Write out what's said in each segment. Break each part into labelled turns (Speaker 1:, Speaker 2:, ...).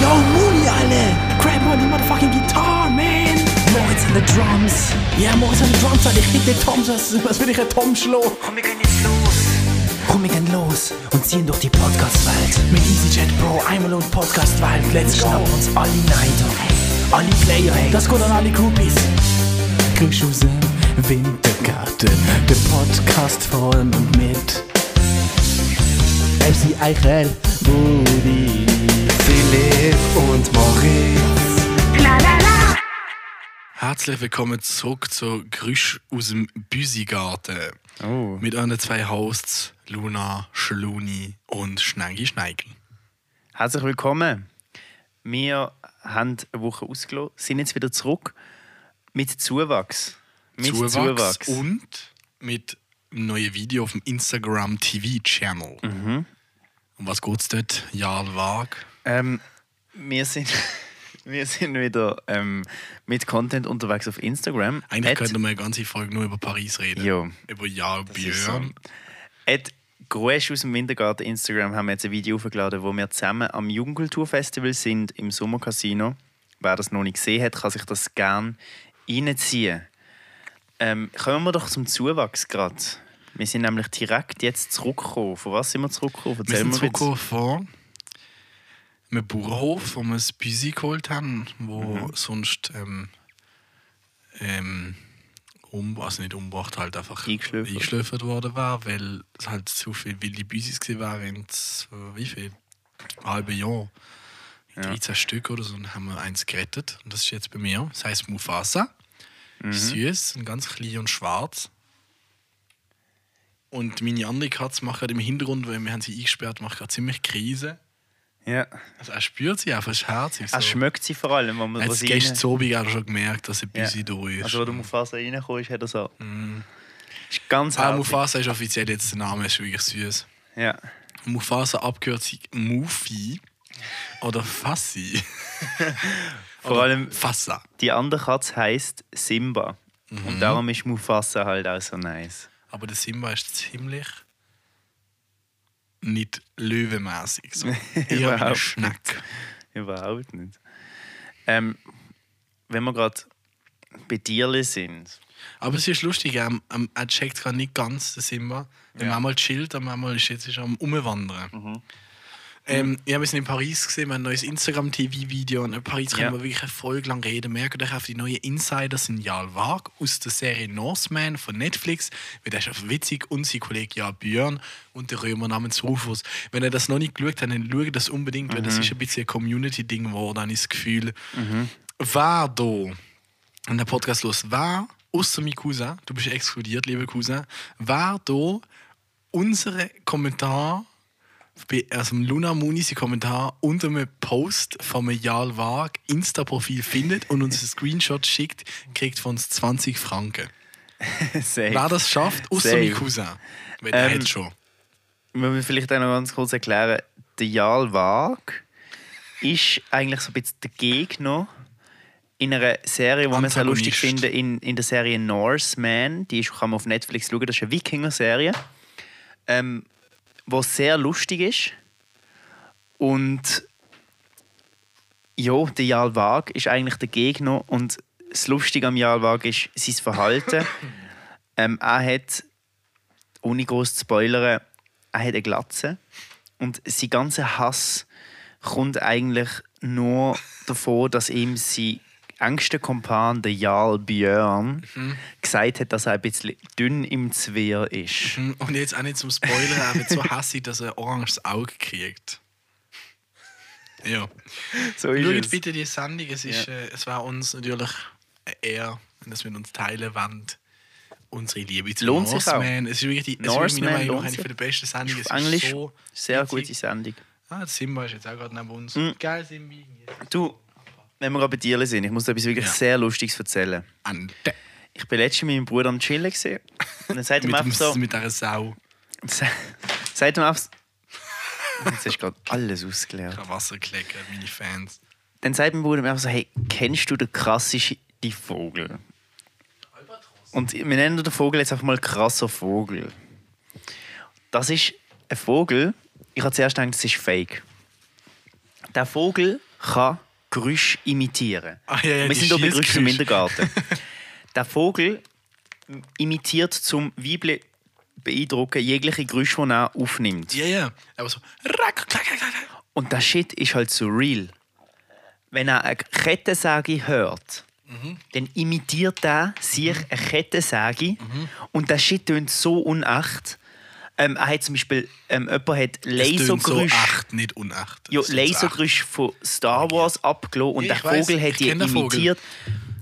Speaker 1: Yo, Mooney, alle! Crap on the motherfucking guitar, man! Moritz an the drums! Ja, Moritz an the drums, Alter, ich krieg den Toms, was, was will ich, ein Tom schlagen?
Speaker 2: Komm, wir können jetzt los.
Speaker 1: Komm, wir gehen los und ziehen durch die Podcast-Welt. Mit EasyJet Pro, einmal und Podcast-Welt. Let's go. Schnappen uns alle Neider. Alle Player, hey. Das geht an alle Groupies. Grüß raus, Wintergarten. Der Podcast von und mit.
Speaker 3: MC Eichel, Budi, Philipp und Moritz.
Speaker 4: Herzlich willkommen zurück zu Grüsch aus dem Büsigarten.
Speaker 3: Oh.
Speaker 4: Mit euren zwei Hosts, Luna, Schluni und Schnengi Schneigel.
Speaker 3: Herzlich willkommen. Wir haben eine Woche ausgelassen, sind jetzt wieder zurück mit Zuwachs. Mit
Speaker 4: Zuwachs, und mit einem neuen Video auf dem Instagram TV-Channel.
Speaker 3: Mhm.
Speaker 4: Und was geht's dort? Jarl Waag.
Speaker 3: Ähm, wir, sind, wir sind wieder ähm, mit Content unterwegs auf Instagram.
Speaker 4: Eigentlich
Speaker 3: At-
Speaker 4: könnten wir mal eine ganze Folge nur über Paris reden.
Speaker 3: Jo.
Speaker 4: Über Jarl
Speaker 3: ist
Speaker 4: Björn.
Speaker 3: At Gruesch aus dem Wintergarten Instagram haben wir jetzt ein Video hochgeladen, wo wir zusammen am Jugendkulturfestival sind im Sommercasino. Wer das noch nicht gesehen hat, kann sich das gerne reinziehen. Ähm, kommen wir doch zum Zuwachs gerade. Wir sind nämlich direkt jetzt zurückgekommen. Von was sind wir zurückgekommen?
Speaker 4: Wir
Speaker 3: Erzähl
Speaker 4: sind
Speaker 3: mal bitte.
Speaker 4: zurückgekommen von einem Bauernhof, wo wir ein Büsi geholt haben, wo
Speaker 3: Mhm.
Speaker 4: sonst ähm, ähm, um, also nicht umgebracht, halt einfach
Speaker 3: Eingeschläfert.
Speaker 4: eingeschläfert worden war, weil es halt zu viel wilde Büsis gewesen waren, in so, wie viel? Halbe Jahr. 13 Stück oder so, und dann haben wir eins gerettet. Und das ist jetzt bei mir. Das heißt Mufasa.
Speaker 3: Mhm.
Speaker 4: Süß und ganz klein und schwarz. Und meine andere Katze macht gerade im Hintergrund, weil wir haben sie eingesperrt, macht gerade ziemlich Krise.
Speaker 3: Ja.
Speaker 4: Also er spürt sie einfach, es ist herzig. So.
Speaker 3: Er schmeckt sie vor allem, wenn man
Speaker 4: Er hat
Speaker 3: was
Speaker 4: es gestern Abend auch schon gemerkt, dass er busy ja. durch ist. Mhm.
Speaker 3: Also, wenn du Mufasa reinkommst, hat er so. Ist ganz
Speaker 4: ah,
Speaker 3: herzig.
Speaker 4: Mufasa ist offiziell jetzt der Name, ist wirklich süß.
Speaker 3: Ja.
Speaker 4: Mufasa abkürzung Mufi oder Fassi.
Speaker 3: Vor allem
Speaker 4: Fassa.
Speaker 3: Die andere Katze heißt Simba. Und darum ist Mufasa halt auch so nice.
Speaker 4: Aber der Simba ist ziemlich nicht löwenmäßig. So. Eher wie
Speaker 3: Überhaupt
Speaker 4: ein
Speaker 3: nicht.
Speaker 4: Schnack.
Speaker 3: Überhaupt nicht. Ähm, wenn wir gerade bei Tierle sind.
Speaker 4: Aber es ist lustig, er, er, er checkt gerade nicht ganz den Simba. Er manchmal chillt, und manchmal ist jetzt schon am Umwandern. Ähm, ich habe es in Paris gesehen, mein neues Instagram-TV-Video. Und in Paris
Speaker 3: Ja.
Speaker 4: können wir wirklich eine Folge lang reden. Merkt euch auf die neue Insider sind Jarl Waag aus der Serie Norseman von Netflix. Mit der ist witzig und sein Kollege Jarl Björn und der Römer namens Rufus. Wenn ihr das noch nicht geschaut habt, dann schaut das unbedingt, weil das ist ein bisschen ein Community-Ding geworden, habe ich das Gefühl. War da und der Podcast los war, außer mein Cousin, du bist exkludiert, lieber Cousin, war da unsere Kommentar, bei- also im Luna Munis Kommentar unter einem Post von einem Jarl Waag Insta-Profil findet und uns einen Screenshot schickt, kriegt von uns 20 Franken.
Speaker 3: Safe.
Speaker 4: Wer das schafft, außer
Speaker 3: Safe.
Speaker 4: mein Cousin. Weil der
Speaker 3: Ähm,
Speaker 4: hat schon.
Speaker 3: Müssen wir vielleicht auch noch ganz kurz erklären. Der Jarl Waag ist eigentlich so ein bisschen der Gegner in einer Serie, die wir sehr lustig
Speaker 4: Antagonist.
Speaker 3: finden, in, in der Serie Norseman. Die ist, kann man auf Netflix schauen, das ist eine Wikinger-Serie, ähm, die sehr lustig ist. Und ja, der Jarl Waag ist eigentlich der Gegner und das Lustige am Jarl Waag ist sein Verhalten. ähm, er hat, ohne groß zu spoilern, er hat eine Glatze und sein ganzer Hass kommt eigentlich nur davon, dass ihm sein engster Kompan, der Jarl Björn,
Speaker 4: Mhm.
Speaker 3: gesagt hat, dass er ein bisschen dünn im Zwirr ist.
Speaker 4: Hm, Und jetzt auch nicht zum Spoiler, er wird so hässlich, dass er ein oranges Auge kriegt. Ja.
Speaker 3: So
Speaker 4: Schaut
Speaker 3: ist es.
Speaker 4: bitte die Sendung. Es, ist, äh, es war uns natürlich eine Ehre, dass wir uns teilen wollen. Unsere Liebe zu
Speaker 3: Lohnt sich auch.
Speaker 4: Norseman. Es ist wirklich die, es ist wirklich
Speaker 3: Norseman
Speaker 4: meiner Meinung nach
Speaker 3: lohnt
Speaker 4: eine
Speaker 3: sich.
Speaker 4: von der besten Sendungen. Es
Speaker 3: Auf
Speaker 4: ist
Speaker 3: Englisch
Speaker 4: so
Speaker 3: sehr Mm.
Speaker 4: witzig.
Speaker 3: gute Sendung.
Speaker 4: Ah, der Simba ist jetzt auch gerade neben uns. Geil, Simba.
Speaker 3: Du, wenn wir gerade bei dir sind, ich muss dir etwas wirklich
Speaker 4: Ja.
Speaker 3: sehr Lustiges erzählen.
Speaker 4: Ante.
Speaker 3: Ich war letztens mit meinem Bruder am Chillen gewesen. und dann sagt er
Speaker 4: Mit,
Speaker 3: mir einfach
Speaker 4: dem,
Speaker 3: so...
Speaker 4: mit dieser Sau.
Speaker 3: Se- Seit dem Aufs. Jetzt hast du gerade alles ausgelernt.
Speaker 4: Kein Wasser klecken, meine Fans.
Speaker 3: Dann sagt mein Bruder mir einfach so: Hey, kennst du den krasseste Vogel? Und wir nennen den Vogel jetzt einfach mal krasser Vogel. Das ist ein Vogel, ich habe zuerst gedacht, das ist fake. Der Vogel kann Geräusche imitieren.
Speaker 4: Ah, ja, ja,
Speaker 3: Wir
Speaker 4: die
Speaker 3: sind hier bei Geräuschen im
Speaker 4: Schiessgeräusche.
Speaker 3: Kindergarten. Der Vogel imitiert zum Weible beeindrucken jegliche Geräusche, die er aufnimmt.
Speaker 4: Ja, ja. Aber so. rack, klack, klack, klack, klack.
Speaker 3: Und der Shit ist halt so real. Wenn er eine Kettensäge hört, dann imitiert er sich eine Kettensäge und der Shit tönt so unecht. Ähm, er hat zum Beispiel, ähm, jemand hat
Speaker 4: Das tönt so
Speaker 3: Lasergeräusche
Speaker 4: acht, nicht unacht.
Speaker 3: ja,
Speaker 4: Das tönt so acht.
Speaker 3: Lasergeräusche von Star Wars abgelassen und
Speaker 4: Ja,
Speaker 3: der
Speaker 4: ich weiss,
Speaker 3: Vogel
Speaker 4: ich
Speaker 3: hat die
Speaker 4: kenn den Vogel.
Speaker 3: imitiert.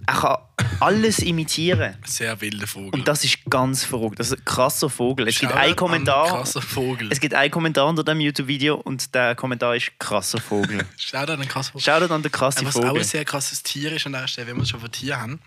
Speaker 3: Er kann alles imitieren.
Speaker 4: Sehr wilder Vogel.
Speaker 3: Und das ist ganz verrückt. Das ist ein krasser Vogel. Es gibt
Speaker 4: Shoutout
Speaker 3: einen
Speaker 4: an
Speaker 3: Kommentar.
Speaker 4: Krasser Vogel.
Speaker 3: Es gibt einen Kommentar unter dem YouTube-Video und der Kommentar ist krasser Vogel.
Speaker 4: Schau da einen krassen Vogel.
Speaker 3: Shoutout an den krassen
Speaker 4: Was auch
Speaker 3: Vogel.
Speaker 4: ein sehr krasses Tier ist an der Stelle, wenn wir es schon von Tieren haben.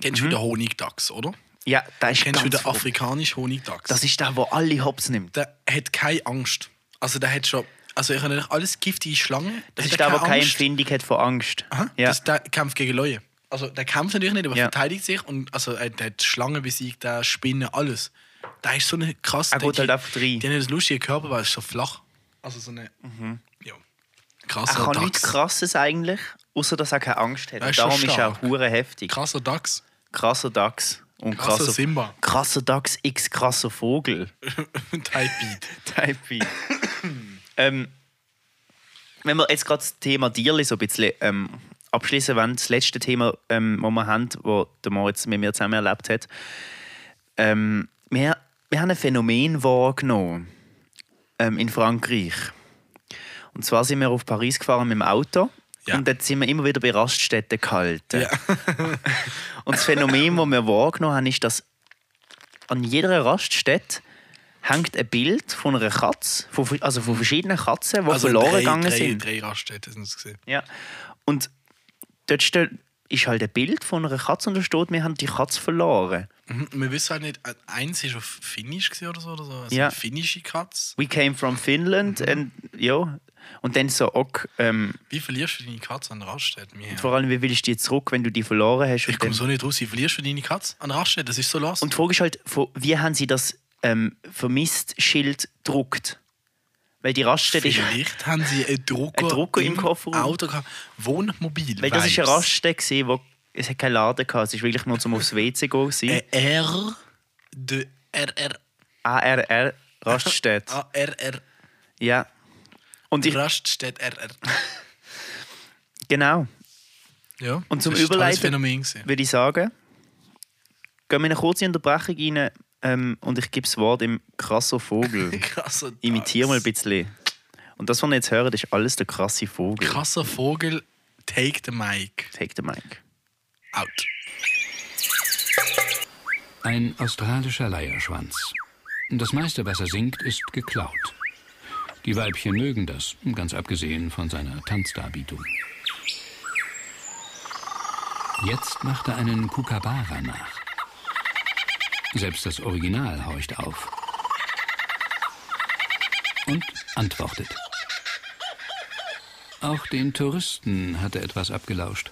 Speaker 4: Kennst du den Honigdachs, oder?
Speaker 3: Ja, der ist
Speaker 4: Kennst du
Speaker 3: Mhm. ganz
Speaker 4: den
Speaker 3: verrückt.
Speaker 4: afrikanischen Honigdachs?
Speaker 3: Das ist der, der alle Hops nimmt.
Speaker 4: der hat keine Angst. Also der hat schon, also ich habe natürlich alles giftige Schlangen.
Speaker 3: Das
Speaker 4: hat
Speaker 3: ist
Speaker 4: er
Speaker 3: der, der keine
Speaker 4: Angst.
Speaker 3: Empfindung hat vor Angst.
Speaker 4: Aha,
Speaker 3: Ja.
Speaker 4: das, der kämpft gegen Leute. Also der kämpft natürlich nicht, aber
Speaker 3: Ja.
Speaker 4: verteidigt sich und also er der hat Schlangen besiegt, der Spinnen, alles. Da ist so eine krasse.
Speaker 3: Er geht
Speaker 4: die-
Speaker 3: halt einfach rein. Mhm.
Speaker 4: Die haben das lustige Körper, weil es ist so flach. Also so eine. Ja.
Speaker 3: er
Speaker 4: Krasser
Speaker 3: kann nichts
Speaker 4: Dachs.
Speaker 3: Krasses eigentlich, außer dass er keine Angst hat.
Speaker 4: Er
Speaker 3: Und
Speaker 4: ist schon
Speaker 3: Darum ist er
Speaker 4: stark.
Speaker 3: auch hure heftig.
Speaker 4: Krasser Dachs.
Speaker 3: krasser Dachs und
Speaker 4: Krasser
Speaker 3: krasser,
Speaker 4: Simba.
Speaker 3: Krasser Dachs x krasser Vogel.
Speaker 4: Type Beat.
Speaker 3: Type B. ähm, wenn wir jetzt gerade das Thema Tierli so ein bisschen ähm, abschließen wollen, das letzte Thema, ähm, das wir haben, das der Moritz mit mir zusammen erlebt hat. Ähm, wir, wir haben ein Phänomen wahrgenommen ähm, in Frankreich. Und zwar sind wir auf Paris gefahren mit dem Auto
Speaker 4: Ja.
Speaker 3: und dort sind wir immer wieder bei Raststätten gehalten.
Speaker 4: Ja.
Speaker 3: Und das Phänomen, das wir wahrgenommen haben, ist, dass an jeder Raststätte hängt ein Bild von einer Katze, von, ver- also von verschiedenen Katzen, die verloren
Speaker 4: Also drei,
Speaker 3: gegangen
Speaker 4: drei,
Speaker 3: sind.
Speaker 4: Drei Raststätten sind es gesehen.
Speaker 3: Ja. Und dort steht, ist halt ein Bild von einer Katze und da steht, wir haben die Katze verloren.
Speaker 4: Mhm, Wir wissen halt nicht, äh, eins ist auf Finnisch gewesen oder so. Oder so. Also
Speaker 3: Ja.
Speaker 4: eine finnische Katze.
Speaker 3: We came from Finland
Speaker 4: Mhm.
Speaker 3: and, ja. Und dann so, ok, ähm,
Speaker 4: Wie verlierst du deine Katze an Raststätten? Mir?
Speaker 3: vor allem, wie willst du die zurück, wenn du die verloren hast?
Speaker 4: Ich
Speaker 3: Und,
Speaker 4: komme
Speaker 3: dann,
Speaker 4: so nicht raus. Wie verlierst du deine Katze an Raststätten? Das ist so los.
Speaker 3: und die Frage ist halt, von- wie haben sie das ähm, Vermisst-Schild gedruckt? Weil die Raststätte ist...
Speaker 4: Vielleicht haben sie einen Drucker,
Speaker 3: Einen Drucker im Kofferraum.
Speaker 4: Auto gehabt. Wohnmobil.
Speaker 3: Weil das ist
Speaker 4: Vibes.
Speaker 3: eine Raststätte, gewesen, wo es hat keinen Laden hatte. Es war wirklich nur zum aufs WC gehen. gewesen.
Speaker 4: Ein R. De RR.
Speaker 3: ARR
Speaker 4: Ah.
Speaker 3: Raststätte.
Speaker 4: ARR.
Speaker 3: Ja. Und ich,
Speaker 4: Raststätte RR.
Speaker 3: genau,
Speaker 4: Ja.
Speaker 3: Und zum
Speaker 4: das ist ein tolles
Speaker 3: Überleiten-
Speaker 4: Phänomen gewesen.
Speaker 3: würde ich sagen, gehen wir in eine kurze Unterbrechung rein ähm, und ich gebe das Wort im krasser Vogel.
Speaker 4: Krasser Dachs.
Speaker 3: Imitiere mal ein bisschen. Und das, was wir jetzt hören, das ist alles der krasse Vogel.
Speaker 4: Krasser Vogel. Take the mic.
Speaker 3: Take the mic.
Speaker 4: Out.
Speaker 2: Ein australischer Leierschwanz. Das meiste, was er singt, ist geklaut. Die Weibchen mögen das, ganz abgesehen von seiner Tanzdarbietung. Jetzt macht er einen Kookaburra nach. Selbst das Original horcht auf. Und antwortet. Auch den Touristen hat er etwas abgelauscht.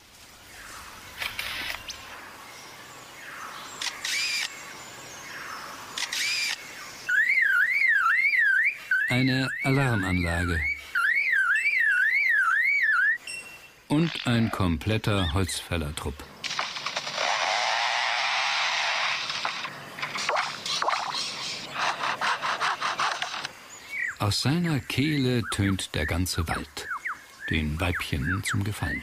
Speaker 2: eine Alarmanlage und ein kompletter Holzfällertrupp. Aus seiner Kehle tönt der ganze Wald, den Weibchen zum Gefallen.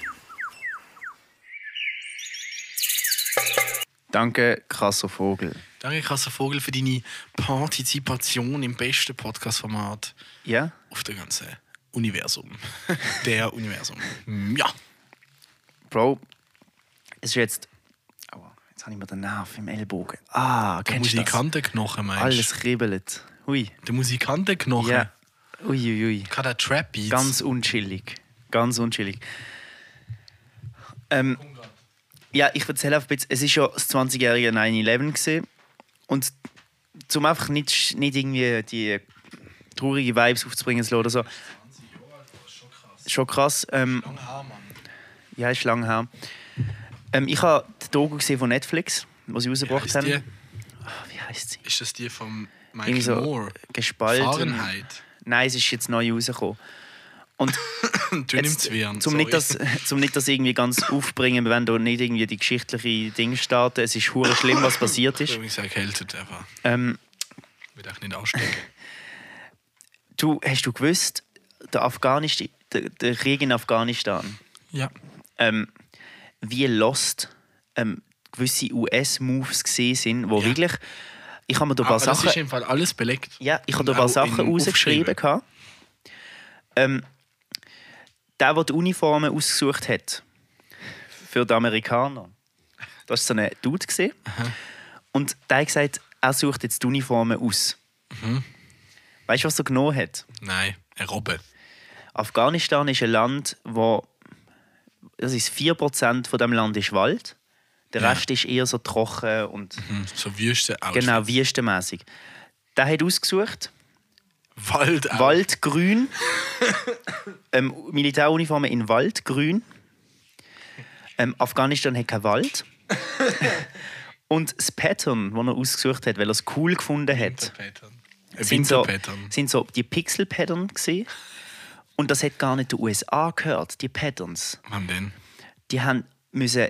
Speaker 3: Danke, krasser Vogel.
Speaker 4: Danke, Krasser Vogel, für deine Partizipation im besten Podcast-Format
Speaker 3: Ja?
Speaker 4: auf der ganzen Universum. der Universum.
Speaker 3: Mm,
Speaker 4: Ja.
Speaker 3: Bro, es ist jetzt. Aua, jetzt habe ich mir den Nerv im Ellbogen. Ah,
Speaker 4: Der
Speaker 3: kennst du das?
Speaker 4: Musikantenknochen, meinst du?
Speaker 3: Alles kribbelt. Hui.
Speaker 4: Der Musikantenknochen.
Speaker 3: Ja. Uiuiui.
Speaker 4: Kann der Trap Beats.
Speaker 3: Ganz unschillig. Ganz unschillig. Ähm, ja, ich erzähle einfach ein bisschen. Es war ja das 20-jährige 9-11. gewesen. Und um einfach nicht, sch- nicht irgendwie die traurige Vibes aufzubringen zu lassen oder so. Schon krass. Ähm, ja, ist lang her. Ähm, ich habe die Doku gesehen von Netflix, die sie rausgebracht
Speaker 4: Ist,
Speaker 3: haben.
Speaker 4: die,
Speaker 3: Wie heißt sie?
Speaker 4: ist das die vom Michael
Speaker 3: Irgendwie so
Speaker 4: Moore?
Speaker 3: gespalten.
Speaker 4: Fahrenheit.
Speaker 3: Nein, es ist jetzt neu rausgekommen. Und
Speaker 4: Dünn im Zwirn.
Speaker 3: zum,
Speaker 4: sorry.
Speaker 3: nicht das, zum nicht das irgendwie ganz aufbringen, wenn du nicht irgendwie die geschichtliche Dinge starten. Es ist hure schlimm, was passiert
Speaker 4: Ich bin
Speaker 3: ist.
Speaker 4: übrigens erkältet, aber
Speaker 3: Ähm,
Speaker 4: wird auch nicht ausstecken.
Speaker 3: du, hast du gewusst, der, Afghanistan, der, der Krieg in Afghanistan,
Speaker 4: ja.
Speaker 3: ähm, wie lost ähm, gewisse US-Moves gesehen sind, wo
Speaker 4: Ja.
Speaker 3: wirklich... Ich habe mir da ein paar
Speaker 4: Aber das
Speaker 3: Sachen...
Speaker 4: ist im Fall alles belegt.
Speaker 3: Ja, ich habe
Speaker 4: Und
Speaker 3: da ein paar
Speaker 4: auch
Speaker 3: Sachen
Speaker 4: in-
Speaker 3: rausgeschrieben. gehabt. Ähm, der, der die Uniformen ausgesucht hat für die Amerikaner, das war so ein Dude. Gewesen. Und der hat gesagt, er sucht jetzt die Uniformen aus.
Speaker 4: Mhm.
Speaker 3: Weißt du, was er genommen hat?
Speaker 4: Nein, eine Robbe.
Speaker 3: Afghanistan ist ein Land, wo das ist 4% von dem Land ist Wald. Der
Speaker 4: Ja.
Speaker 3: Rest ist eher so trocken und
Speaker 4: Hm, So Wüste aus.
Speaker 3: genau wüstenmäßig. Der hat ausgesucht,
Speaker 4: Wald aus.
Speaker 3: Waldgrün. ähm, Militäruniformen in Waldgrün. Ähm, Afghanistan hat keinen Wald. Und das Pattern, das er ausgesucht hat, weil er es cool gefunden hat,
Speaker 4: Pattern.
Speaker 3: sind so,
Speaker 4: Winterpattern.
Speaker 3: sind so die Pixel-Pattern gewesen. Und das hat gar nicht den USA gehört, die Patterns.
Speaker 4: Wann denn?
Speaker 3: Die haben, müssen,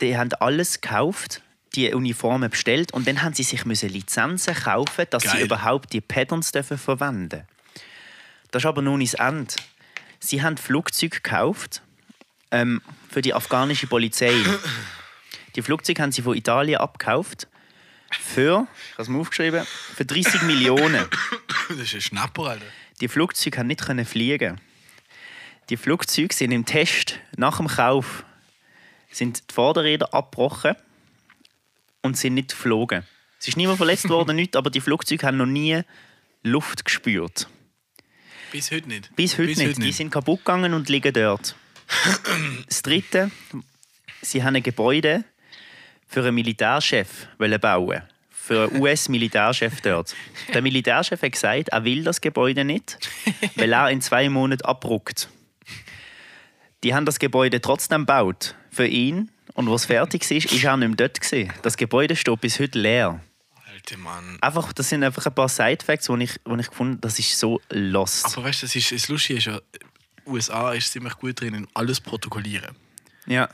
Speaker 3: die haben alles gekauft, die Uniformen bestellt und dann haben sie sich müssen Lizenzen kaufen, dass sie
Speaker 4: Geil.
Speaker 3: überhaupt die Patterns dürfen verwenden. Das ist aber nun nicht das Ende. Sie haben Flugzeuge gekauft ähm, für die afghanische Polizei. Die Flugzeuge haben sie von Italien abgekauft für, ich habe es mir aufgeschrieben, für 30 Millionen.
Speaker 4: Das ist ein Schnapper, Alter.
Speaker 3: Die Flugzeuge haben nicht können fliegen. Die Flugzeuge sind im Test nach dem Kauf sind die Vorderräder abgebrochen und sind nicht geflogen. Es ist niemand verletzt worden, nicht, aber die Flugzeuge haben noch nie Luft gespürt.
Speaker 4: Bis heute nicht.
Speaker 3: Bis heute nicht. Die sind kaputt gegangen und liegen dort. das Dritte, sie haben ein Gebäude für einen Militärchef wollen bauen. Für einen US-Militärchef dort. Der Militärchef hat gesagt, er will das Gebäude nicht, weil er in zwei Monaten abruckt. Die haben das Gebäude trotzdem gebaut. Für ihn. Und was fertig war, ist er nicht mehr dort. gewesen. Das Gebäude steht bis heute leer.
Speaker 4: Alter Mann.
Speaker 3: Einfach, das sind einfach ein paar Side-Facts, die ich, wo ich gefunden habe, das ist so lost.
Speaker 4: Aber weißt du, das, ist, das Lustige ist ja, USA ist ziemlich gut drin, in alles protokollieren.
Speaker 3: ja.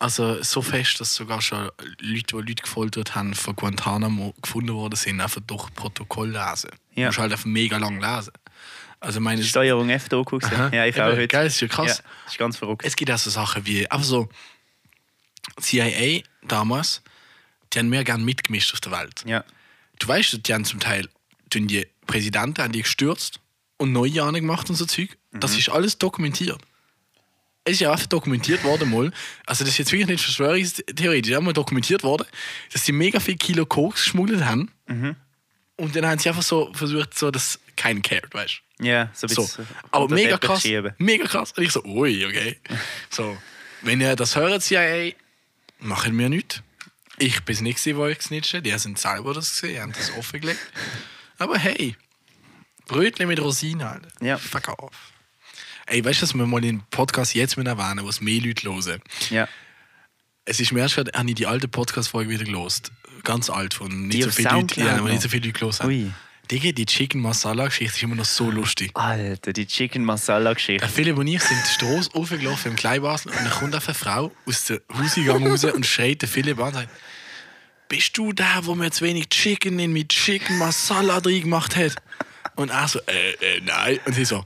Speaker 4: Also so fest, dass sogar schon Leute, die Leute gefoltert haben, von Guantanamo gefunden worden sind, einfach durch Protokoll lesen. Du
Speaker 3: Ja.
Speaker 4: musst halt einfach mega lang lesen. Also ich meine, es-
Speaker 3: Steuerung F Doku gesehen.
Speaker 4: Aha.
Speaker 3: Ja, ich auch
Speaker 4: Eben,
Speaker 3: heute.
Speaker 4: geil, ist ja krass.
Speaker 3: Ja, ist ganz verrückt.
Speaker 4: es gibt auch so Sachen wie, aber so CIA damals, die haben mehr gern mitgemischt auf der Welt.
Speaker 3: Ja.
Speaker 4: Du weißt, die haben zum Teil tun die Präsidenten haben die gestürzt und neue angemacht und so Zeug. Das ist alles dokumentiert. Es ist ja einfach dokumentiert worden mal. Also das ist jetzt wirklich nicht Verschwörungstheorie, die ist einmal dokumentiert worden, dass sie mega viel Kilo Koks geschmuggelt haben. Und dann haben sie einfach so versucht, so, dass kein cared, weißt du.
Speaker 3: Ja, so ein bisschen.
Speaker 4: So. Aber
Speaker 3: unter den
Speaker 4: mega
Speaker 3: Teppich
Speaker 4: krass.
Speaker 3: äh, schieben.
Speaker 4: Mega krass. Und ich so, ui, okay. So, wenn ihr das hört, CIA, machen wir nichts. Ich bin es nicht, gewesen, wo ich gesnitcht habe. Die sind selber das gesehen, haben das offengelegt. Aber hey, Brötchen mit Rosinen, Alter.
Speaker 3: Ja.
Speaker 4: Fuck off. Ey, weißt du, dass wir mal den Podcast jetzt mit erwähnen, was mehr Leute hören?
Speaker 3: Ja.
Speaker 4: Es ist mir erst gerade, habe ich die alte Podcast-Folge wieder gelost. Ganz alt von nicht
Speaker 3: Die
Speaker 4: so
Speaker 3: auf
Speaker 4: viele Leute,
Speaker 3: Soundcloud
Speaker 4: ja, aber
Speaker 3: noch?
Speaker 4: nicht so viele Leute gelost
Speaker 3: Ui.
Speaker 4: haben. Digga, die Chicken Masala-Geschichte ist immer noch so lustig.
Speaker 3: Alter, die Chicken Masala Geschichte.
Speaker 4: Der Philipp und ich sind die Straße hochgelaufen im Kleinbasel und dann kommt einfach eine Frau aus der Hauseingang raus und schreit den Philipp an und sagt, bist du der, wo mir zu wenig Chicken in mit Chicken Masala drin gemacht hat? Und er so, äh, äh, nein. Und sie so,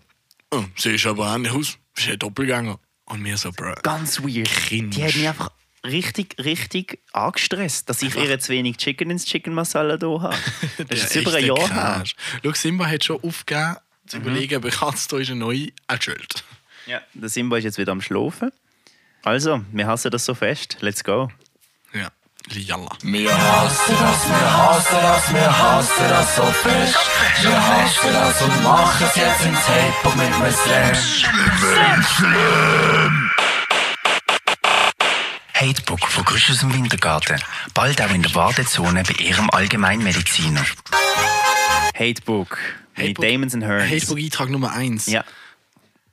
Speaker 4: oh, siehst aber anders aus, bist ein Doppelgänger. Und mir so, bruh.
Speaker 3: Ganz weird.
Speaker 4: Cringe.
Speaker 3: Die hat mich einfach richtig, richtig angestresst, dass ich ihr zu wenig Chicken ins Chicken Masala da habe. Das ist
Speaker 4: Der
Speaker 3: jetzt über ein
Speaker 4: echte
Speaker 3: Jahr her. Mhm.
Speaker 4: Crash. Schau, Simba hat schon aufgegeben, zu überlegen, ob ich jetzt hier ist eine neue Adult.
Speaker 3: Ja. Der Simba ist jetzt wieder am Schlafen. Also, wir hassen das so fest. Let's go.
Speaker 4: Ja, Liala.
Speaker 5: Mir hasse das, mir hasse das, mir hasse das so fest. Mir hasse das und mach es jetzt ins Tempo mit mir Slash. Hatebook von Grüsch aus dem Wintergarten. Bald auch in der Wartezone bei ihrem Allgemeinmediziner.
Speaker 3: Hatebook. Mit
Speaker 4: Hatebook-
Speaker 3: Damons and Hearns.
Speaker 4: Facebook-Eintrag Nummer 1.
Speaker 3: Ja.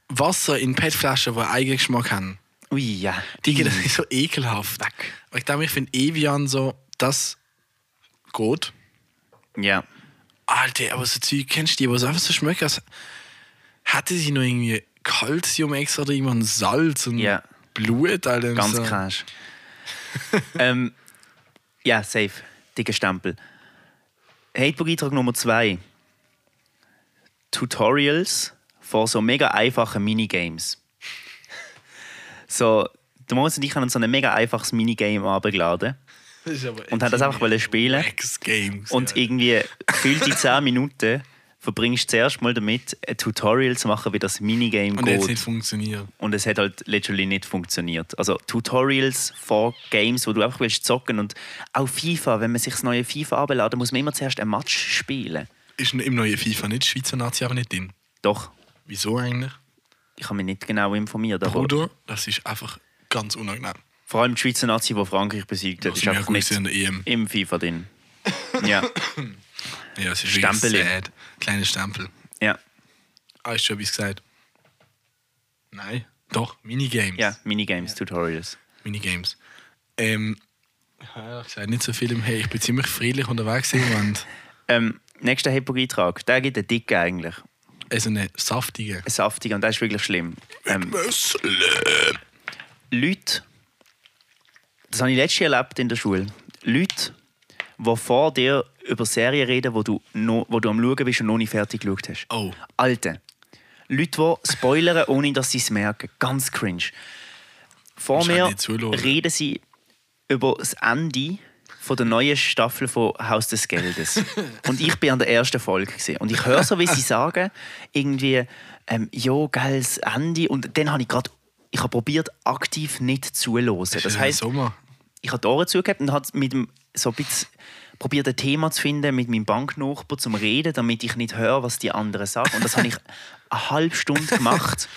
Speaker 4: Wasser in PET-Flaschen, die einen eigenen Geschmack haben.
Speaker 3: Ui, ja.
Speaker 4: Digga, das ist so ekelhaft. Aber Ich glaube, ich finde Evian so, das geht.
Speaker 3: Ja.
Speaker 4: Alter, aber so Zeug kennst du die, was einfach so schmeckt, als Also, hätte sie noch irgendwie Calcium extra drin und Salz und
Speaker 3: Ja.
Speaker 4: Blut. Alter, und
Speaker 3: Ganz
Speaker 4: so.
Speaker 3: krass. ähm, ja, safe. Dicker Stempel. Hatebook-Eintrag Nummer 2. Tutorials vor so mega einfachen Minigames. So, der Moritz und ich haben uns so ein mega einfaches Minigame abgeladen.
Speaker 4: Das ist aber
Speaker 3: Und hat das einfach wollen spielen.
Speaker 4: X-Games.
Speaker 3: Und eh irgendwie gefühlt die 10 Minuten verbringst du zuerst mal damit, ein Tutorial zu machen, wie das Minigame
Speaker 4: und
Speaker 3: geht.
Speaker 4: jetzt nicht funktioniert.
Speaker 3: Und es hat halt literally nicht funktioniert. Also Tutorials vor Games, wo du einfach willst zocken und auch FIFA, wenn man sich das neue FIFA abladen, muss man immer zuerst ein Match spielen.
Speaker 4: Ist im neuen FIFA nicht Schweizer Nazi aber nicht drin.
Speaker 3: Doch,
Speaker 4: Wieso eigentlich?
Speaker 3: ich habe mich nicht genau informiert. Aber
Speaker 4: Bruder, das ist einfach ganz unangenehm.
Speaker 3: vor allem die Schweizer Nazi, die Frankreich besiegt hat,
Speaker 4: Das
Speaker 3: ist
Speaker 4: ist ja
Speaker 3: einfach
Speaker 4: gut
Speaker 3: nicht
Speaker 4: in der EM.
Speaker 3: im FIFA drin. Ja,
Speaker 4: Ja, es ist
Speaker 3: Stempel.
Speaker 4: wirklich sad. Kleiner Stempel.
Speaker 3: ja,
Speaker 4: Ah, ist schon etwas gesagt? Nein. Doch, Minigames.
Speaker 3: ja, Minigames, Tutorials.
Speaker 4: Minigames. Ähm, ja, ich sage nicht so viel im Hey, ich bin ziemlich friedlich unterwegs im Moment.
Speaker 3: Ähm, nächster Hippo-Eintrag, der gibt einen dicken eigentlich.
Speaker 4: Also eine saftige.
Speaker 3: Ein saftiger und das ist wirklich schlimm. Ähm, Leute, das habe ich letztes Jahr erlebt in der Schule, Leute, die vor dir über Serien reden, wo du, noch, wo du am Schauen bist und noch nicht fertig geschaut hast.
Speaker 4: Oh.
Speaker 3: Alte. Leute, die spoilern, ohne dass sie es merken. Ganz cringe. Vor
Speaker 4: Musst halt
Speaker 3: mir
Speaker 4: nicht zuhören.
Speaker 3: reden sie über das Ende von der neuen Staffel von Haus des Geldes. und ich bin an der ersten Folge gewesen. und ich höre so, wie sie sagen, irgendwie, ähm, jo, geiles Ende. Und dann habe ich gerade, ich habe probiert, aktiv nicht zuzuhören. Das
Speaker 4: ist
Speaker 3: heißt,
Speaker 4: ein Äh, Sommer.
Speaker 3: ich habe die Ohren zugehabt und habe mit dem, so ein bisschen probiert, ein Thema zu finden mit meinem Banknachbar zum Reden, damit ich nicht höre, was die anderen sagen. Und das habe ich eine halbe Stunde gemacht.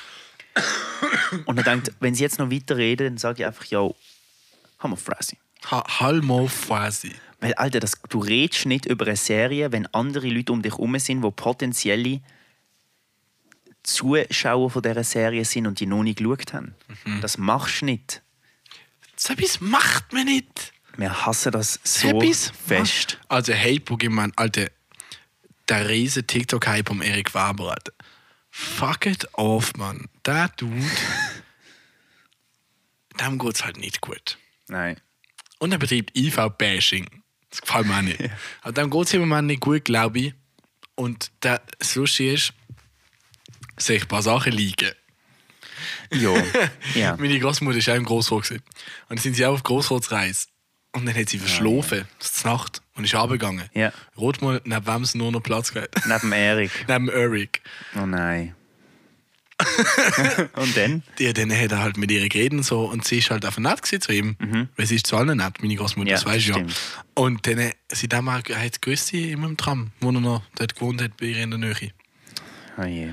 Speaker 3: Und dann denkt, wenn sie jetzt noch weiterreden, dann sage ich einfach, ja, haben wir Fresse.
Speaker 4: Ha Halmophasi.
Speaker 3: Weil, Alter, das, du redest nicht über eine Serie, wenn andere Leute um dich herum sind, die potenzielle Zuschauer von dieser Serie sind und die noch nicht geschaut haben.
Speaker 4: Mhm.
Speaker 3: Das machst du nicht.
Speaker 4: So etwas macht man nicht.
Speaker 3: Wir hassen das
Speaker 4: So
Speaker 3: so
Speaker 4: etwas
Speaker 3: fest.
Speaker 4: macht- Also Hatebook, ich meine, Alter, der riesen TikTok-Hype um Erik Weber, Alter. Fuck it off, Mann. Der Dude, dem geht's halt nicht gut.
Speaker 3: Nein.
Speaker 4: Und er betreibt IV-Bashing. Das gefällt mir auch nicht. Also Aber dem geht es im Moment nicht gut, glaube ich. Und der, das Lustige ist, sehe ich ein paar Sachen liegen.
Speaker 3: Ja. ja.
Speaker 4: Meine Großmutter war auch im Grossrohr. gewesen. Und dann sind sie auch auf Grossrohrsreise. Und dann hat sie verschlafen, das ist Nacht, und ist abgegangen.
Speaker 3: Ja.
Speaker 4: Rot mal, neben wem es nur noch Platz gab.
Speaker 3: Neben Erik.
Speaker 4: neben Eric.
Speaker 3: Oh nein. Und dann?
Speaker 4: Ja, dann hat er halt mit ihr geredet und so und sie ist halt einfach nett gewesen zu ihm. Weil sie ist zu allen nett, meine Großmutter,
Speaker 3: Mhm. Ja,
Speaker 4: das weißt du ja.
Speaker 3: stimmt.
Speaker 4: Und dann äh, sie dann mal hat grüßt sie immer im Tram, wo er noch dort gewohnt hat bei ihr in der Nähe.
Speaker 3: Oh je.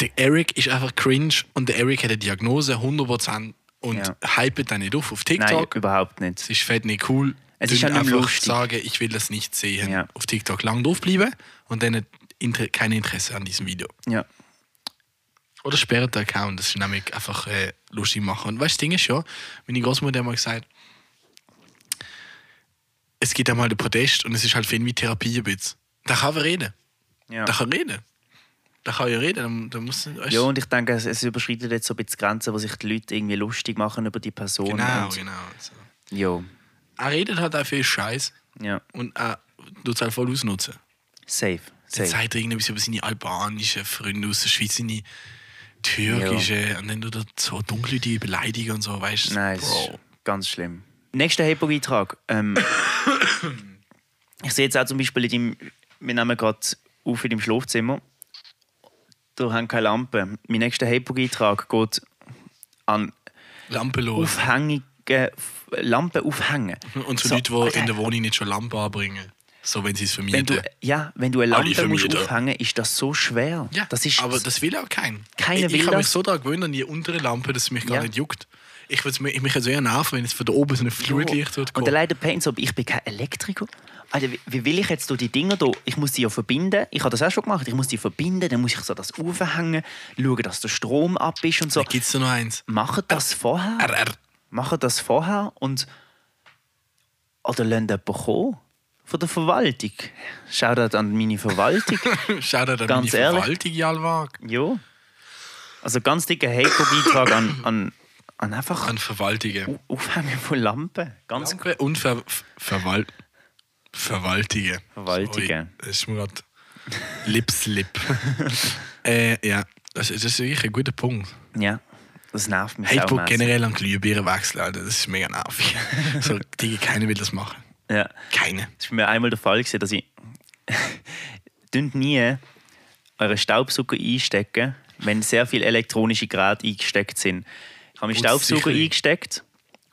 Speaker 4: Der Eric ist einfach cringe und der Eric hat eine Diagnose 100% und
Speaker 3: Ja.
Speaker 4: hypet dann nicht auf auf
Speaker 3: Nein,
Speaker 4: TikTok.
Speaker 3: überhaupt nicht.
Speaker 4: Es ist fett nicht cool.
Speaker 3: Es
Speaker 4: Dann
Speaker 3: ist ja nicht
Speaker 4: einfach
Speaker 3: lustig.
Speaker 4: sagen, ich will das nicht sehen.
Speaker 3: Ja.
Speaker 4: Auf TikTok lang draufbleiben und dann inter kein Interesse an diesem Video.
Speaker 3: Ja.
Speaker 4: Oder sperrt den Account, das ist nämlich einfach äh, lustig machen. Und weißt du, das Ding ist ja, meine Großmutter hat mal gesagt, es gibt einmal den Protest und es ist halt für ihn wie Therapie ein bisschen. Da kann er reden.
Speaker 3: Ja.
Speaker 4: Da kann er reden. Da kann er reden. Da, da muss, weißt,
Speaker 3: ja, und ich denke, es, es überschreitet jetzt so ein bisschen die Grenzen, wo sich die Leute irgendwie lustig machen über die Person.
Speaker 4: genau,
Speaker 3: Und,
Speaker 4: genau. So.
Speaker 3: ja.
Speaker 4: Er redet halt auch viel Scheiß
Speaker 3: Ja.
Speaker 4: und er tut es halt voll ausnutzen.
Speaker 3: Safe.
Speaker 4: Dann
Speaker 3: Safe.
Speaker 4: sagt er irgendwas über seine albanischen Freunde aus der Schweiz, seine türkische und dann tut er so dunkle die Beleidigung und so, weißt du?
Speaker 3: Nein, es ist ganz schlimm. Nächster Hippo-Eintrag. Ähm, ich sehe jetzt auch zum Beispiel, in deinem, wir nehmen gerade auf in deinem Schlafzimmer. Da haben keine Lampe. Mein nächster Hippo-Eintrag geht an
Speaker 4: Lampe los.
Speaker 3: aufhängige F- Lampen aufhängen.
Speaker 4: Und zu
Speaker 3: So,
Speaker 4: Leuten, die
Speaker 3: Alter,
Speaker 4: in der Wohnung nicht schon Lampen anbringen. So, wenn sie es
Speaker 3: wenn
Speaker 4: vermieten.
Speaker 3: du, ja, wenn du eine
Speaker 4: Alle
Speaker 3: Lampe musst
Speaker 4: Vermieter.
Speaker 3: aufhängen, ist das so schwer.
Speaker 4: ja,
Speaker 3: das ist
Speaker 4: aber das will auch kein.
Speaker 3: Keiner
Speaker 4: ich
Speaker 3: will
Speaker 4: ich habe mich
Speaker 3: das.
Speaker 4: so daran gewöhnt, an die untere Lampe, dass es mich gar
Speaker 3: Ja.
Speaker 4: nicht juckt. Ich würde mich, mich also eher nerven, wenn es von da oben so eine Flutlicht wird.
Speaker 3: Oh. Und allein der Paint, so, ich bin kein Elektriker. Alter, wie, wie will ich jetzt so die Dinger hier, ich muss die ja verbinden, ich habe das auch schon gemacht, ich muss die verbinden, dann muss ich so das aufhängen, schauen, dass der Strom ab ist und so.
Speaker 4: Da gibt Äh, es noch eins.
Speaker 3: Machen das vorher.
Speaker 4: Er, er.
Speaker 3: machen das vorher und oder lassen jemanden kommen von der Verwaltung. Shoutout an meine Verwaltung.
Speaker 4: Schau dir dann
Speaker 3: Ganz
Speaker 4: meine
Speaker 3: ehrlich?
Speaker 4: Verwaltung an, Wag.
Speaker 3: ja. Also ganz dicker Hate-Beitrag an, an, an einfach
Speaker 4: An
Speaker 3: Oh.
Speaker 4: Verwaltige.
Speaker 3: Aufhängen von Lampen. Ganz
Speaker 4: Danke und Ver Verwal Verwaltige.
Speaker 3: Verwaltige.
Speaker 4: Sorry, Es ist mir gerade Lipslip. äh, ja, das, das ist wirklich ein guter Punkt.
Speaker 3: Ja, das nervt mich auch.
Speaker 4: Hatebook
Speaker 3: mässig.
Speaker 4: generell an Glühbirnen wechseln, Alter, das ist mega nervig. so, Digga, keiner will das machen.
Speaker 3: Ja.
Speaker 4: Keine.
Speaker 3: Das war mir einmal der Fall, gewesen, dass ich dünnt nie euren Staubsauger einstecken, wenn sehr viele elektronische Geräte eingesteckt sind. Ich habe meinen
Speaker 4: Und
Speaker 3: Staubsauger
Speaker 4: sicherlich.
Speaker 3: eingesteckt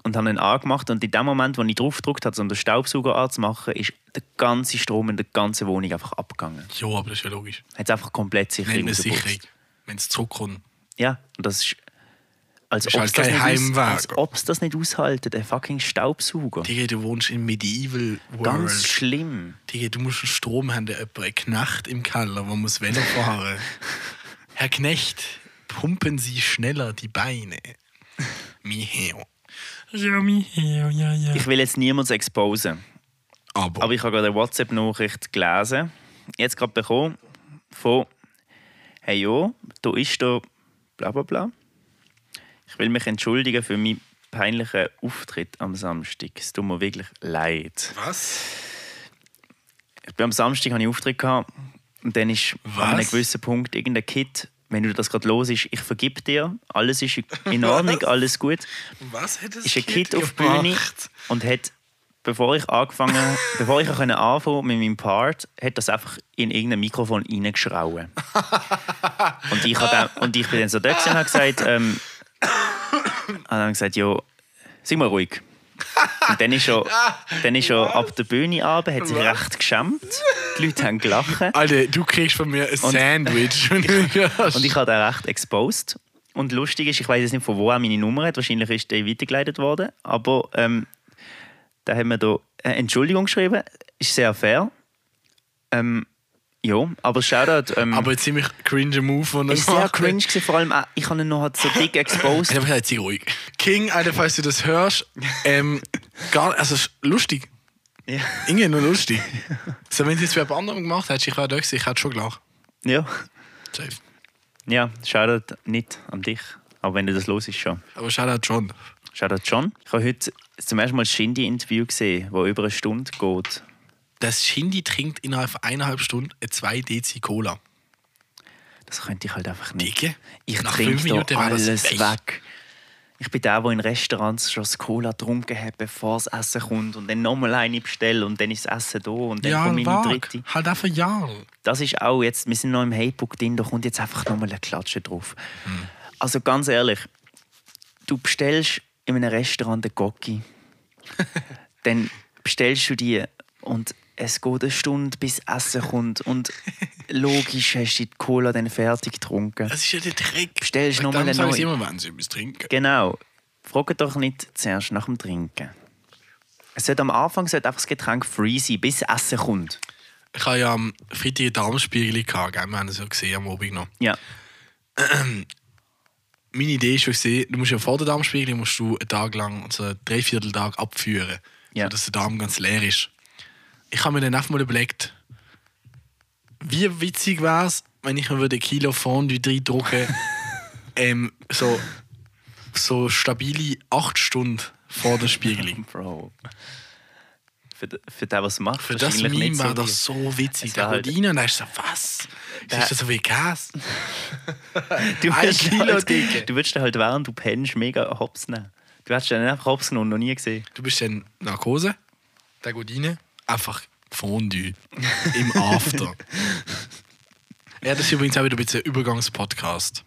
Speaker 3: und habe ihn angemacht und in dem Moment, wo ich drauf gedrückt habe, um den Staubsauger anzumachen, ist der ganze Strom in der ganzen Wohnung einfach abgegangen.
Speaker 4: Jo, aber das ist ja logisch.
Speaker 3: Hat es einfach komplett sicher
Speaker 4: Nennt man
Speaker 3: rausgeputzt.
Speaker 4: Sicherung. Wenn es zurückkommt.
Speaker 3: Ja, und das ist... Als
Speaker 4: Ist
Speaker 3: ob
Speaker 4: halt
Speaker 3: es das,
Speaker 4: kein
Speaker 3: nicht aus-
Speaker 4: Heimweg.
Speaker 3: als ob's das nicht aushalten, der fucking Staubsauger.
Speaker 4: Digga, du wohnst in Medieval World.
Speaker 3: Ganz schlimm.
Speaker 4: Digga, du musst einen Strom haben, der jemand eine Knecht im Keller, wo muss Velo fahren. Herr Knecht, pumpen Sie schneller die Beine. Miheo. Ja, Miheo, ja, ja.
Speaker 3: Ich will jetzt niemanden exposen.
Speaker 4: Aber,
Speaker 3: Aber ich habe gerade eine WhatsApp-Nachricht gelesen. Jetzt gerade bekommen von Hey jo, da ist der bla bla bla. Ich will mich entschuldigen für meinen peinlichen Auftritt am Samstag. Es tut mir wirklich leid.
Speaker 4: was?
Speaker 3: Ich bin am Samstag hatte ich einen Auftritt gehabt, und dann ist
Speaker 4: Was?
Speaker 3: an einem gewissen Punkt irgendein Kid, wenn du das gerade los ist, ich vergib dir, alles ist in Ordnung, alles gut.
Speaker 4: Um Was hätte es
Speaker 3: ist ein Kid auf die Bühne und hat, bevor ich angefangen, bevor ich auch können anfangen mit meinem Part, hat das einfach in irgendein Mikrofon reingeschrauen. und, ich hab dann, und ich bin dann so dort gewesen und habe gesagt, ähm, und dann gesagt, jo, sei mal ruhig. Und dann ist er, dann ist er ab der Bühne ab, hat sich recht geschämt. Die Leute haben gelacht.
Speaker 4: Alter, du kriegst von mir ein Sandwich. wenn du hörst.
Speaker 3: Und ich habe den recht exposed. Und lustig ist, ich weiß jetzt nicht, von wo er meine Nummer hat. Wahrscheinlich ist der weitergeleitet worden. Aber ähm, da haben wir da äh, Entschuldigung geschrieben. Ist sehr fair. Ähm, ja, aber Shoutout. Ähm,
Speaker 4: aber ein ziemlich cringe Move von
Speaker 3: ist sehr cringe gewesen, vor allem auch, ich habe ihn noch halt so dick
Speaker 4: Ich
Speaker 3: exposed.
Speaker 4: habe gesagt, sei ruhig. King, Alter, falls du das hörst, ähm, gar, also es ist lustig.
Speaker 3: ja.
Speaker 4: Inge, nur lustig. So, wenn du jetzt bei jemand anderem gemacht hättest, ich wäre da gewesen, ich hätte schon gelacht.
Speaker 3: ja.
Speaker 4: Safe.
Speaker 3: Ja, Shoutout nicht an dich. Aber wenn du das los ist schon.
Speaker 4: Aber Shoutout John.
Speaker 3: Shoutout John. Ich habe heute zum ersten Mal das Shindy-Interview gesehen, das über eine Stunde geht.
Speaker 4: Das Shindy trinkt innerhalb von eineinhalb Stunden eine 2 Dezi Cola.
Speaker 3: Das könnte ich halt einfach nicht.
Speaker 4: Dicke?
Speaker 3: Ich
Speaker 4: Nach
Speaker 3: trinke
Speaker 4: fünf Minuten
Speaker 3: da
Speaker 4: war das
Speaker 3: alles
Speaker 4: weg.
Speaker 3: weg. Ich bin der, der in Restaurants schon das Cola getrunken hat, bevor das Essen kommt und dann nochmal eine bestellt und dann ist das Essen da und dann kommt meine dritte.
Speaker 4: Halt einfach Jahr.
Speaker 3: Das ist auch jetzt, wir sind noch im Hatebook drin, da kommt jetzt einfach nochmal eine Klatsche drauf.
Speaker 4: Hm.
Speaker 3: Also ganz ehrlich, du bestellst in einem Restaurant einen Gocki, dann bestellst du die und es geht eine Stunde, bis Essen kommt und logisch hast du die Cola dann fertig getrunken.
Speaker 4: Das ist ja der Trick.
Speaker 3: Bestellst
Speaker 4: Weil
Speaker 3: nochmal
Speaker 4: dann
Speaker 3: eine
Speaker 4: sage ich
Speaker 3: neue.
Speaker 4: immer, wenn sie etwas trinken.
Speaker 3: Genau. Frage doch nicht zuerst nach dem Trinken. Es sollte am Anfang sollte einfach das Getränk free sein, bis Essen kommt.
Speaker 4: Ich habe ja am Freitag einen Darmspiegel gehabt, gell? wir haben es ja gesehen am Abend noch.
Speaker 3: Ja.
Speaker 4: Meine Idee war schon, du musst ja vor dem Darmspiegel musst du einen Tag lang, so einen Dreivierteltag abführen,
Speaker 3: Ja.
Speaker 4: sodass der Darm ganz leer ist. Ich habe mir dann einfach mal überlegt, wie witzig wäre es, wenn ich mir würde ein Kilo Fondue reindrücken ähm, so, so stabile 8 Stunden vor der Spiegelung.
Speaker 3: Bro. Für, d- für den, was macht,
Speaker 4: Für das
Speaker 3: wahrscheinlich
Speaker 4: Meme
Speaker 3: nicht
Speaker 4: war
Speaker 3: so
Speaker 4: das so witzig.
Speaker 3: Es war
Speaker 4: Da
Speaker 3: halt-
Speaker 4: halt rein und dann ist so, was?
Speaker 3: Da-
Speaker 4: Das ist das so wie Gas?
Speaker 3: du
Speaker 4: ein
Speaker 3: würdest
Speaker 4: Kilo
Speaker 3: halt,
Speaker 4: Dicke.
Speaker 3: Du würdest halt während du pennst mega Hops nehmen. Du hättest dann einfach Hops genommen, noch nie gesehen.
Speaker 4: Du bist dann Narkose, der geht rein, einfach Fondue im After. ja, das ist übrigens auch wieder ein bisschen ein Übergangspodcast.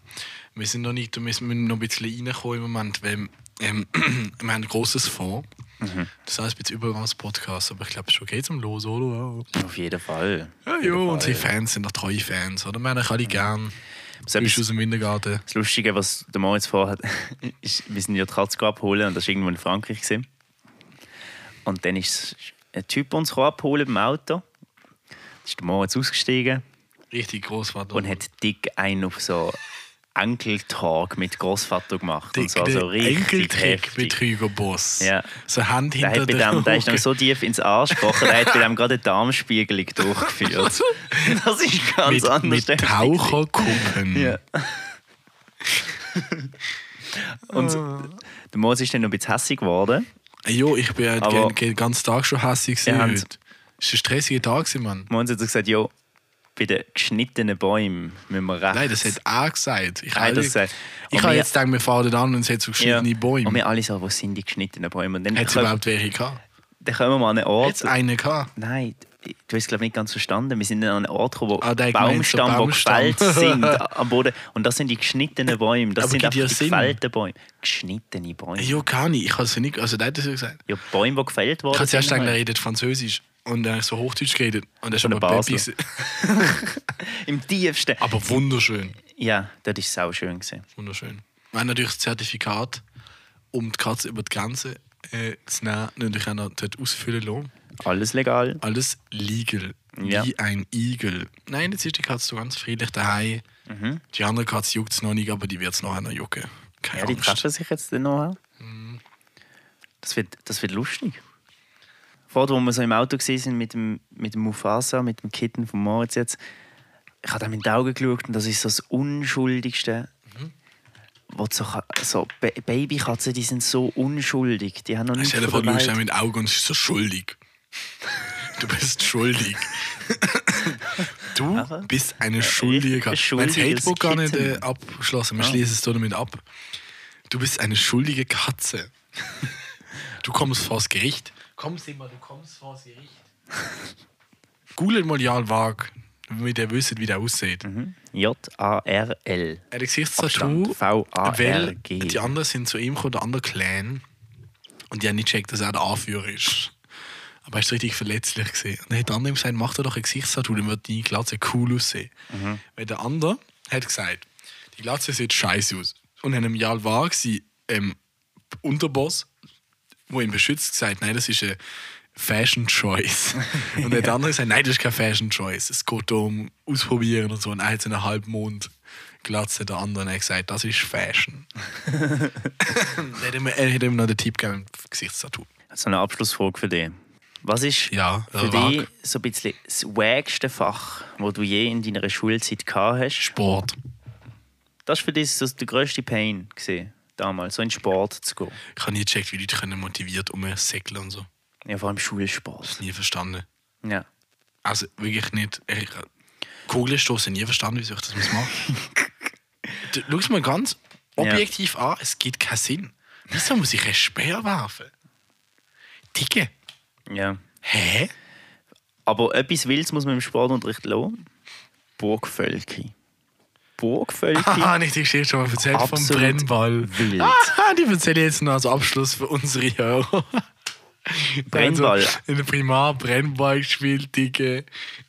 Speaker 4: Wir sind noch nicht, wir müssen noch ein bisschen reinkommen im Moment, weil ähm, wir haben ein grosses Fonds.
Speaker 3: Mhm.
Speaker 4: Das heißt, ein bisschen Übergangspodcast, aber ich glaube, es ist okay zum Los, oder?
Speaker 3: Auf jeden Fall. Mhm.
Speaker 4: Ja, ja, unsere Fans sind doch treue Fans, oder? Wir haben euch alle gern.
Speaker 3: So
Speaker 4: Du bist
Speaker 3: etwas,
Speaker 4: aus dem Wintergarten.
Speaker 3: das Lustige, was der Moritz vorhat, ist, wir sind ja die Katze abholen und das war irgendwo in Frankreich. Gewesen. Und dann ist ein Typ uns abholen beim Auto. Dann ist der Moritz ausgestiegen.
Speaker 4: Richtig Großvater.
Speaker 3: und hat dick einen auf so Enkeltag mit Großvater gemacht.
Speaker 4: Dick-
Speaker 3: und so, so
Speaker 4: der
Speaker 3: richtig
Speaker 4: Enkeltrick mit
Speaker 3: heftig.
Speaker 4: Hugo Boss.
Speaker 3: Ja.
Speaker 4: So Hand
Speaker 3: Der,
Speaker 4: hinter
Speaker 3: hat bei dem, der ist
Speaker 4: Augen.
Speaker 3: noch so tief ins Arsch gebrochen, der hat bei dem gerade eine Darmspiegelung durchgeführt. Das ist ganz
Speaker 4: Also mit,
Speaker 3: anders.
Speaker 4: mit
Speaker 3: heftig.
Speaker 4: Taucherkuppen.
Speaker 3: Ja. Und der Moos ist dann noch ein bisschen hässig geworden.
Speaker 4: Ey, Jo, ich bin halt
Speaker 3: Aber-
Speaker 4: gen- gen- den ganzen Tag schon hässlich
Speaker 3: Ihr
Speaker 4: gewesen
Speaker 3: habt-
Speaker 4: heute. Es war ein stressiger Tag, gewesen, Mann.
Speaker 3: Moos hat so gesagt, jo, bei den geschnittenen Bäumen müssen wir rechts.
Speaker 4: Nein, das hat er gesagt. Ich,
Speaker 3: Nein,
Speaker 4: habe-
Speaker 3: das gesagt.
Speaker 4: ich
Speaker 3: Und
Speaker 4: habe
Speaker 3: wir-
Speaker 4: jetzt gedacht, wir fahren den an und es hat so
Speaker 3: ja.
Speaker 4: geschnittene Bäume.
Speaker 3: Und wir alle so, wo sind die geschnittenen Bäume? Und dann,
Speaker 4: Hat es
Speaker 3: kommen-
Speaker 4: überhaupt welche gehabt?
Speaker 3: dann kommen wir an einen Ort.
Speaker 4: Jetzt einen gehabt.
Speaker 3: Nein, du hast es glaube nicht ganz verstanden. Wir sind an einem Ort gekommen, wo
Speaker 4: Ah, der hat gemeint, so
Speaker 3: Baumstamm, wo
Speaker 4: Baumstamm.
Speaker 3: gefällt sind am Boden. Und das sind die geschnittenen Bäume. Das
Speaker 4: Aber
Speaker 3: sind
Speaker 4: gibt
Speaker 3: einfach
Speaker 4: ja
Speaker 3: die
Speaker 4: Sinn.
Speaker 3: gefällten Bäume. Geschnittene Bäume.
Speaker 4: Jo, kann ich. Ich habe es nicht. Also, der hat das ja gesagt.
Speaker 3: Ja, Bäume, die gefällt
Speaker 4: Ich
Speaker 3: worden
Speaker 4: habe zuerst
Speaker 3: sind.
Speaker 4: gedacht, er redet Französisch. Und dann habe ich so Hochdeutsch geredet. Und das ist
Speaker 3: Oder
Speaker 4: aber Peppi.
Speaker 3: Basler. Im tiefsten.
Speaker 4: Aber wunderschön.
Speaker 3: Ja, das war sau schön. Gewesen.
Speaker 4: Wunderschön. Wir haben natürlich das Zertifikat, um die Katze über die Grenze äh, zu nehmen, natürlich auch noch dort ausfüllen lassen.
Speaker 3: Alles legal.
Speaker 4: Alles legal.
Speaker 3: Ja.
Speaker 4: Wie ein Igel. Nein, jetzt ist die Katze so ganz friedlich daheim.
Speaker 3: Mhm.
Speaker 4: Die andere Katze juckt es noch nicht, aber die wird es nachher noch jucken. Keine
Speaker 3: Ja, die
Speaker 4: Angst.
Speaker 3: treffen sich jetzt dann noch. Das wird, das wird lustig. Vorher, wo wir so im Auto waren mit dem, mit dem Mufasa, mit dem Kitten von Moritz jetzt, ich habe ihm in die Augen geschaut und das ist so das Unschuldigste. Wo so, so Ba- Babykatzen, die sind so unschuldig. Die haben noch nichts
Speaker 4: Stell dir vor,
Speaker 3: von
Speaker 4: du
Speaker 3: der
Speaker 4: schaust
Speaker 3: Welt.
Speaker 4: mit den Augen und es ist so schuldig. Du bist schuldig. Du bist eine schuldige
Speaker 3: Ein
Speaker 4: Katze. Wenn das
Speaker 3: schuldiges
Speaker 4: Hatebook gar nicht äh,
Speaker 3: Kitten.
Speaker 4: abgeschlossen, wir schließen es damit ab. Du bist eine schuldige Katze. Du kommst vors Gericht. Kommst immer, du kommst vors Gericht. Googelt mal Jarl Wag, damit ihr wisst, wie der aussieht.
Speaker 3: J-A-R-L.
Speaker 4: Er hat ein Gesichtstattoo,
Speaker 3: Abstand.
Speaker 4: weil
Speaker 3: V-A-R-G.
Speaker 4: die anderen sind zu ihm gekommen, der andere Clan. Und die haben nicht gecheckt, dass er der Anführer ist. Aber er ist richtig verletzlich gesehen. Und dann hat der andere ihm gesagt, mach dir doch ein Gesichtstattoo, dann wird deine Glatze cool aussehen. Weil der andere hat gesagt, die Glatze sieht scheiße aus. Und dann im Jahr war sie ähm, Unterboss, wo ihn beschützt, gesagt, nein, das ist eine Fashion Choice. Und dann hat der andere gesagt, nein, das ist keine Fashion Choice. Es geht um Ausprobieren und so. Und er hat so einen Halbmond glatze der andere und hat gesagt, das ist Fashion. er, hat ihm, er hat ihm noch den Tipp gegeben, Gesichtstattoo.
Speaker 3: So eine Abschlussfrage für dich. Was ist
Speaker 4: Ja,
Speaker 3: für
Speaker 4: äh,
Speaker 3: dich
Speaker 4: wag.
Speaker 3: so ein bisschen das wägste Fach, das du je in deiner Schulzeit gehabt hast?
Speaker 4: Sport.
Speaker 3: Das war für dich so der grösste Pain gewesen, damals, so in den Sport zu gehen.
Speaker 4: Ich habe nie gecheckt, wie Leute können motiviert umsäckeln und so.
Speaker 3: Ja, vor allem Schulsport.
Speaker 4: Nie verstanden.
Speaker 3: Ja.
Speaker 4: Also wirklich nicht. Ich, Kugelstoßen nie verstanden, wieso ich das muss machen muss. Schau es mal ganz objektiv an, es gibt keinen Sinn. Wieso muss ich einen Speer werfen? Dicke.
Speaker 3: ja.
Speaker 4: Hä?
Speaker 3: Aber etwas Wildes muss man im Sportunterricht lassen. Burgvölki. Burgvölki?
Speaker 4: Haha, nicht Ah, die Geschichte schon mal erzählt vom
Speaker 3: Absolut
Speaker 4: Brennball.
Speaker 3: wild.
Speaker 4: Haha, die erzähle ich jetzt noch als Abschluss für unsere Hörer.
Speaker 3: Brennball.
Speaker 4: Also, in der Primar Brennball gespielt, Dicke.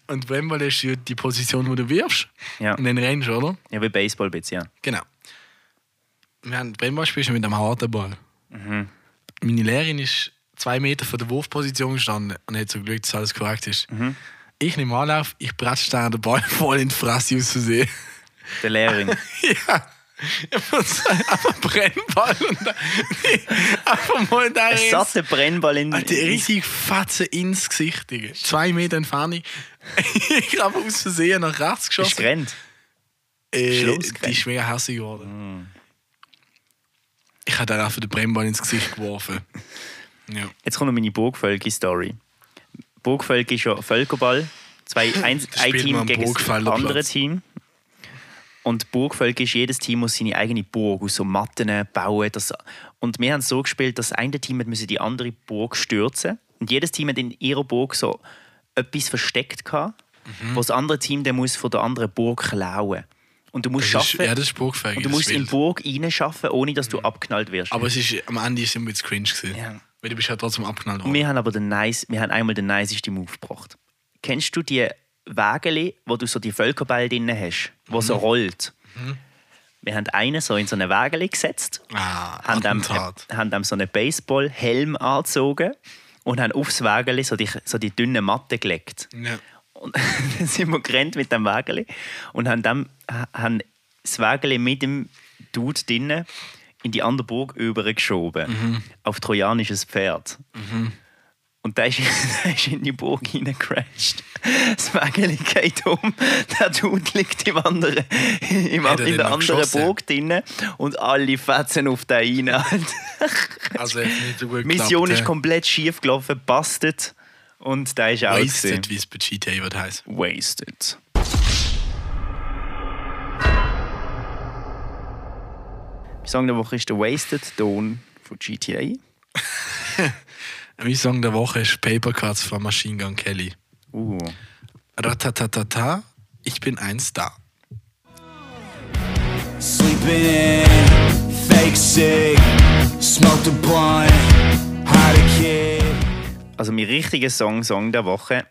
Speaker 4: Und Brennball ist ja die Position, wo du wirfst.
Speaker 3: Ja.
Speaker 4: Und dann rennst, du, oder?
Speaker 3: Ja, wie Baseball ein bisschen, ja.
Speaker 4: Genau. Wir haben Brennball gespielt mit einem harten Ball. Meine Lehrerin ist zwei Meter von der Wurfposition gestanden und hat so Glück, dass alles korrekt ist. Ich nehme Anlauf, ich bratsche da den Ball voll in die Fresse aus Versehen.
Speaker 3: Der Lehrerin.
Speaker 4: ja. Einfach Brennball und dann, einfach mal da
Speaker 3: Ein satter Brennball in
Speaker 4: Alter, richtig Fatze ins Gesicht, Digga. Zwei Meter Entfernung. ich habe aus Versehen nach rechts
Speaker 3: ist
Speaker 4: geschossen.
Speaker 3: gerannt.
Speaker 4: Äh,
Speaker 3: Schluss
Speaker 4: die ist mega hässlich geworden.
Speaker 3: Mhm.
Speaker 4: Ich habe dann auch für den Brennball ins Gesicht geworfen. ja.
Speaker 3: Jetzt kommt noch meine Burgvölki-Story. Burgvölki ist ja Völkerball. Zwei, ein, ein
Speaker 4: spielt man
Speaker 3: Team
Speaker 4: am
Speaker 3: gegen das
Speaker 4: Burgfelderplatz.
Speaker 3: andere Team. Und Burgvölki ist jedes Team muss seine eigene Burg aus so Matten bauen. Das, und wir haben es so gespielt, dass das eine Team hat müssen die andere Burg stürzen Und jedes Team hat in ihrer Burg so etwas versteckt, gehabt,
Speaker 4: Mhm.
Speaker 3: was das andere Team dann muss von der anderen Burg klauen. Und du musst
Speaker 4: Das ist,
Speaker 3: schaffen.
Speaker 4: ja, das ist Burgfähig.
Speaker 3: und du musst in die Burg reinschaffen, ohne dass du abknallt wirst.
Speaker 4: Aber es ist, am Ende ist es immer ein bisschen cringe. Gewesen,
Speaker 3: Ja.
Speaker 4: Weil du bist ja trotzdem abknallt worden.
Speaker 3: Wir haben aber den nice, wir haben einmal den nicesten Move gebracht. Kennst du die Wägele, wo du so die Völkerball drin hast, wo
Speaker 4: Mhm.
Speaker 3: so rollt? Wir haben einen so in so eine Wägele gesetzt,
Speaker 4: Ah,
Speaker 3: haben dem,
Speaker 4: Attentat.
Speaker 3: haben dem so einen Baseballhelm angezogen und haben aufs Wägele so die, so die dünne Matte gelegt.
Speaker 4: Ja.
Speaker 3: Und dann sind wir gerannt mit dem Wägeli und haben, dem, ha- haben das Wägeli mit dem Dude drinnen
Speaker 4: Mhm.
Speaker 3: in die andere Burg übergeschoben. Auf trojanisches Pferd. Und der ist, der ist in die Burg hineingecrashed. Das Wägeli geht um, der Dude liegt im anderen, im,
Speaker 4: Hat er
Speaker 3: in
Speaker 4: den
Speaker 3: der
Speaker 4: noch
Speaker 3: anderen
Speaker 4: geschossen?
Speaker 3: Burg drinnen und alle fetzen auf den rein. Alter.
Speaker 4: Also, hat nicht so gut
Speaker 3: Mission
Speaker 4: geklappt, äh,
Speaker 3: ist komplett schief gelaufen, bastet. Und da ist auch
Speaker 4: äh,
Speaker 3: gewesen.
Speaker 4: Wasted, wie es bei GTA wird heisst.
Speaker 3: Wasted. Mein Song der Woche ist der Wasted Dawn von GTA.
Speaker 4: Mein Song der Woche ist Paper Cuts von Machine Gun Kelly.
Speaker 3: Uh.
Speaker 4: Ratatatata, ich bin ein Star.
Speaker 6: Sleeping in, fake sick, smoked a blunt, had a kid.
Speaker 3: Also mein richtiger Song, Song der Woche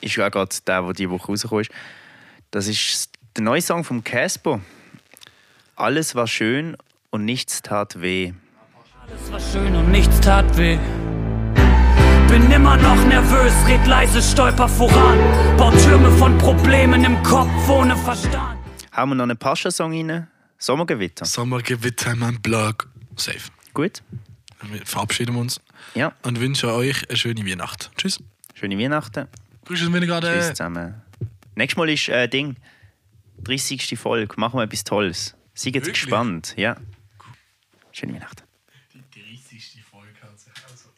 Speaker 3: ist ja gerade der, der diese Woche rausgekommen ist. Das ist der neue Song von Casper. Alles war schön und nichts tat weh.
Speaker 7: Es war schön und nichts tat weh. Bin immer noch nervös, red leise, stolper voran. Bau Türme von Problemen im Kopf ohne Verstand.
Speaker 3: Haben wir noch einen Pascha-Song rein? Sommergewitter.
Speaker 4: Sommergewitter in meinem Blog. Safe.
Speaker 3: Gut?
Speaker 4: Wir verabschieden uns
Speaker 3: Ja.
Speaker 4: und wünschen euch eine schöne Weihnacht. Tschüss.
Speaker 3: Schöne Weihnachten.
Speaker 4: Grüße aus Winnegarde.
Speaker 3: Tschüss zusammen. Nächstes Mal ist äh, Ding. 30. Folge. Machen wir etwas Tolles. Seid jetzt
Speaker 4: Wirklich?
Speaker 3: gespannt. Ja. Schöne Weihnachten.
Speaker 4: Die 30. Folge hat sich also